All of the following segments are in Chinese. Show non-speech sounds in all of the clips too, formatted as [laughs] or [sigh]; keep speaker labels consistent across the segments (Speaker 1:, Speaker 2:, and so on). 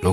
Speaker 1: 如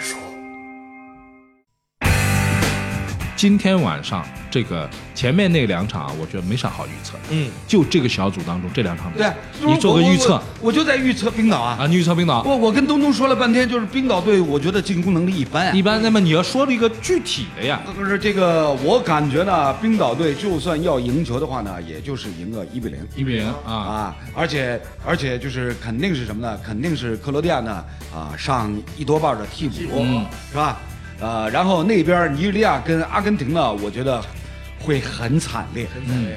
Speaker 2: 说。
Speaker 3: 今天晚上这个前面那两场啊，我觉得没啥好预测。
Speaker 4: 嗯，
Speaker 3: 就这个小组当中这两场比
Speaker 4: 对
Speaker 3: 赛，，你做个预测
Speaker 4: 我，我我就在预测冰岛啊。
Speaker 3: 啊，你预测冰岛
Speaker 4: 我我跟东东说了半天，就是冰岛队，我觉得进攻能力一般啊。
Speaker 3: 一般，那么你要说一个具体的呀，
Speaker 4: 可是这个，我感觉呢，冰岛队就算要赢球的话呢，也就是赢个一比零
Speaker 3: 一比零啊，
Speaker 4: 啊，而且而且就是肯定是什么呢？肯定是克罗地亚呢啊上一多半的替补，嗯是吧？呃，然后那边尼日利亚跟阿根廷呢，我觉得会很惨烈，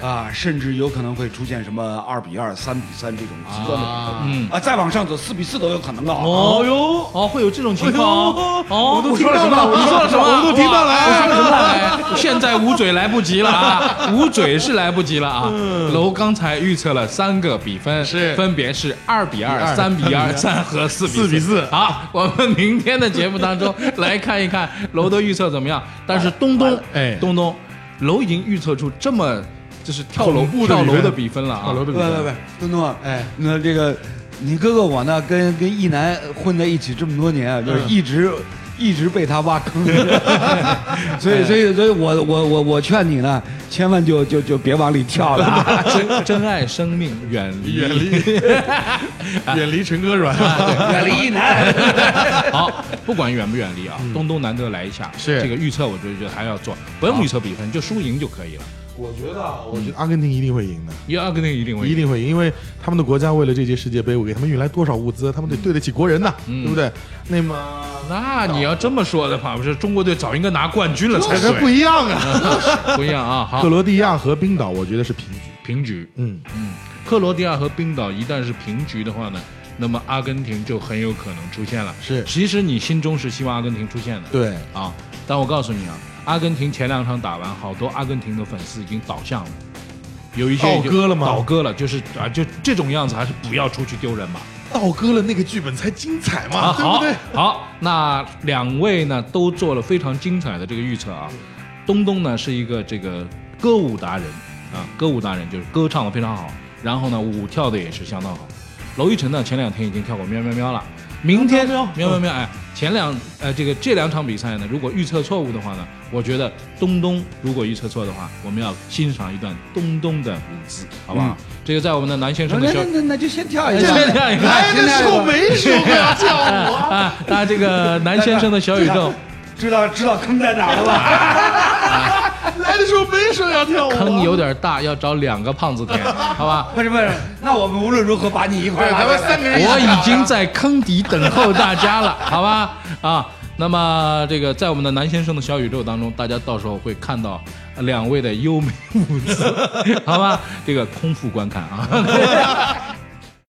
Speaker 4: 啊，甚至有可能会出现什么二比二、三比三这种极端的比
Speaker 3: 嗯，
Speaker 4: 分啊，再往上走四比四都有可能的啊。
Speaker 3: 哦哟，哦会有这种情况哦，哦我
Speaker 4: 我说了什么？我说了什么？
Speaker 3: 我都听到了，啊
Speaker 4: 我说了什么？
Speaker 3: 哎现在捂嘴来不及了啊， [laughs] 捂嘴是来不及了啊。楼刚才预测了三个比分，
Speaker 5: 是
Speaker 3: 分别是二比二、三比二、三和四比四比四。好，我们明天的节目当中来看一看楼的预测怎么 [laughs] 样。但是东东，
Speaker 5: 哎
Speaker 3: 东东，楼已经预测出这么就是跳楼
Speaker 5: 恐怖的
Speaker 3: 跳
Speaker 5: 比分
Speaker 3: 楼的比分了啊，
Speaker 5: 跳楼的比
Speaker 4: 喂喂
Speaker 5: 赛，
Speaker 4: 喂，东东啊，
Speaker 5: 哎，
Speaker 4: 那这个你哥哥我呢，跟跟一男混在一起这么多年啊，就是一直、一直被他挖坑，所以所以所以我我我我劝你呢，千万就就就别往里跳了啊。
Speaker 3: [laughs] 真真爱生命，远离
Speaker 5: 远离远离陈哥软，
Speaker 4: 远离一男，
Speaker 3: 好，不管远不远离啊，东东难得来一下，
Speaker 5: 嗯是
Speaker 3: 这个预测，我就觉得还要做，不用预测比分，就输赢就可以了。
Speaker 5: 我觉得啊，我觉得阿根廷一定会赢的。
Speaker 3: 因为阿根廷一定会
Speaker 5: 一
Speaker 3: 赢，
Speaker 5: 定会赢，因为他们的国家为了这届世界杯，我给他们运来多少物资，他们得对得起国人呐，对不对？那么
Speaker 3: 那你要这么说的话，不是中国队早应该拿冠军了才
Speaker 5: 这不
Speaker 3: 对，
Speaker 5: 一样啊！
Speaker 3: [laughs] 不一样啊。
Speaker 5: 克
Speaker 3: 好，
Speaker 5: 罗地亚和冰岛，我觉得是平局。
Speaker 3: 平局，
Speaker 5: 嗯，
Speaker 3: 克罗地亚和冰岛一旦是平局的话呢，那么阿根廷就很有可能出现了。
Speaker 5: 是
Speaker 3: 其实你心中是希望阿根廷出现的，
Speaker 5: 对，
Speaker 3: 啊，但我告诉你啊，阿根廷前两场打完，好多阿根廷的粉丝已经倒向了，有一些已经
Speaker 5: 倒戈了吗
Speaker 3: 倒戈了，就是啊，就这种样子，还是不要出去丢人吧。
Speaker 5: 倒戈了那个剧本才精彩嘛，
Speaker 3: 啊，
Speaker 5: 对不
Speaker 3: 好
Speaker 5: 对？
Speaker 3: 好，那两位呢都做了非常精彩的这个预测啊。东东呢是一个这个歌舞达人啊，歌舞达人就是歌唱的非常好，然后呢舞跳的也是相当好。娄艺晨呢前两天已经跳过喵喵喵了，明天喵喵喵哎，前两呃这个这两场比赛呢，如果预测错误的话呢，我觉得东东如果预测错的话，我们要欣赏一段东东的舞姿，好不好？这个在我们的嗯南先
Speaker 4: 那
Speaker 3: 生的
Speaker 4: 那
Speaker 3: 小。
Speaker 4: 那那就先跳一下，
Speaker 3: 先跳一下
Speaker 5: 来的时候没说过要叫我，
Speaker 3: 啊，那这个南先生的小宇 [laughs] 宙，
Speaker 4: 知道知道坑在哪儿了吧？
Speaker 5: 来的时候没说要跳舞。
Speaker 3: 坑有点大，要找两个胖子填，好吧？
Speaker 4: 不是不是，那我们无论如何把你一块
Speaker 5: 对，
Speaker 4: 儿拉
Speaker 5: 咱们
Speaker 4: 回来。
Speaker 5: 三个人一起
Speaker 3: 我
Speaker 5: 跳
Speaker 3: 已经在坑底等候大家了，好吧？啊，那么这个在我们的南先生的小宇宙当中，大家到时候会看到 [laughs] 两位的优美舞姿，好吧？这个空腹观看啊。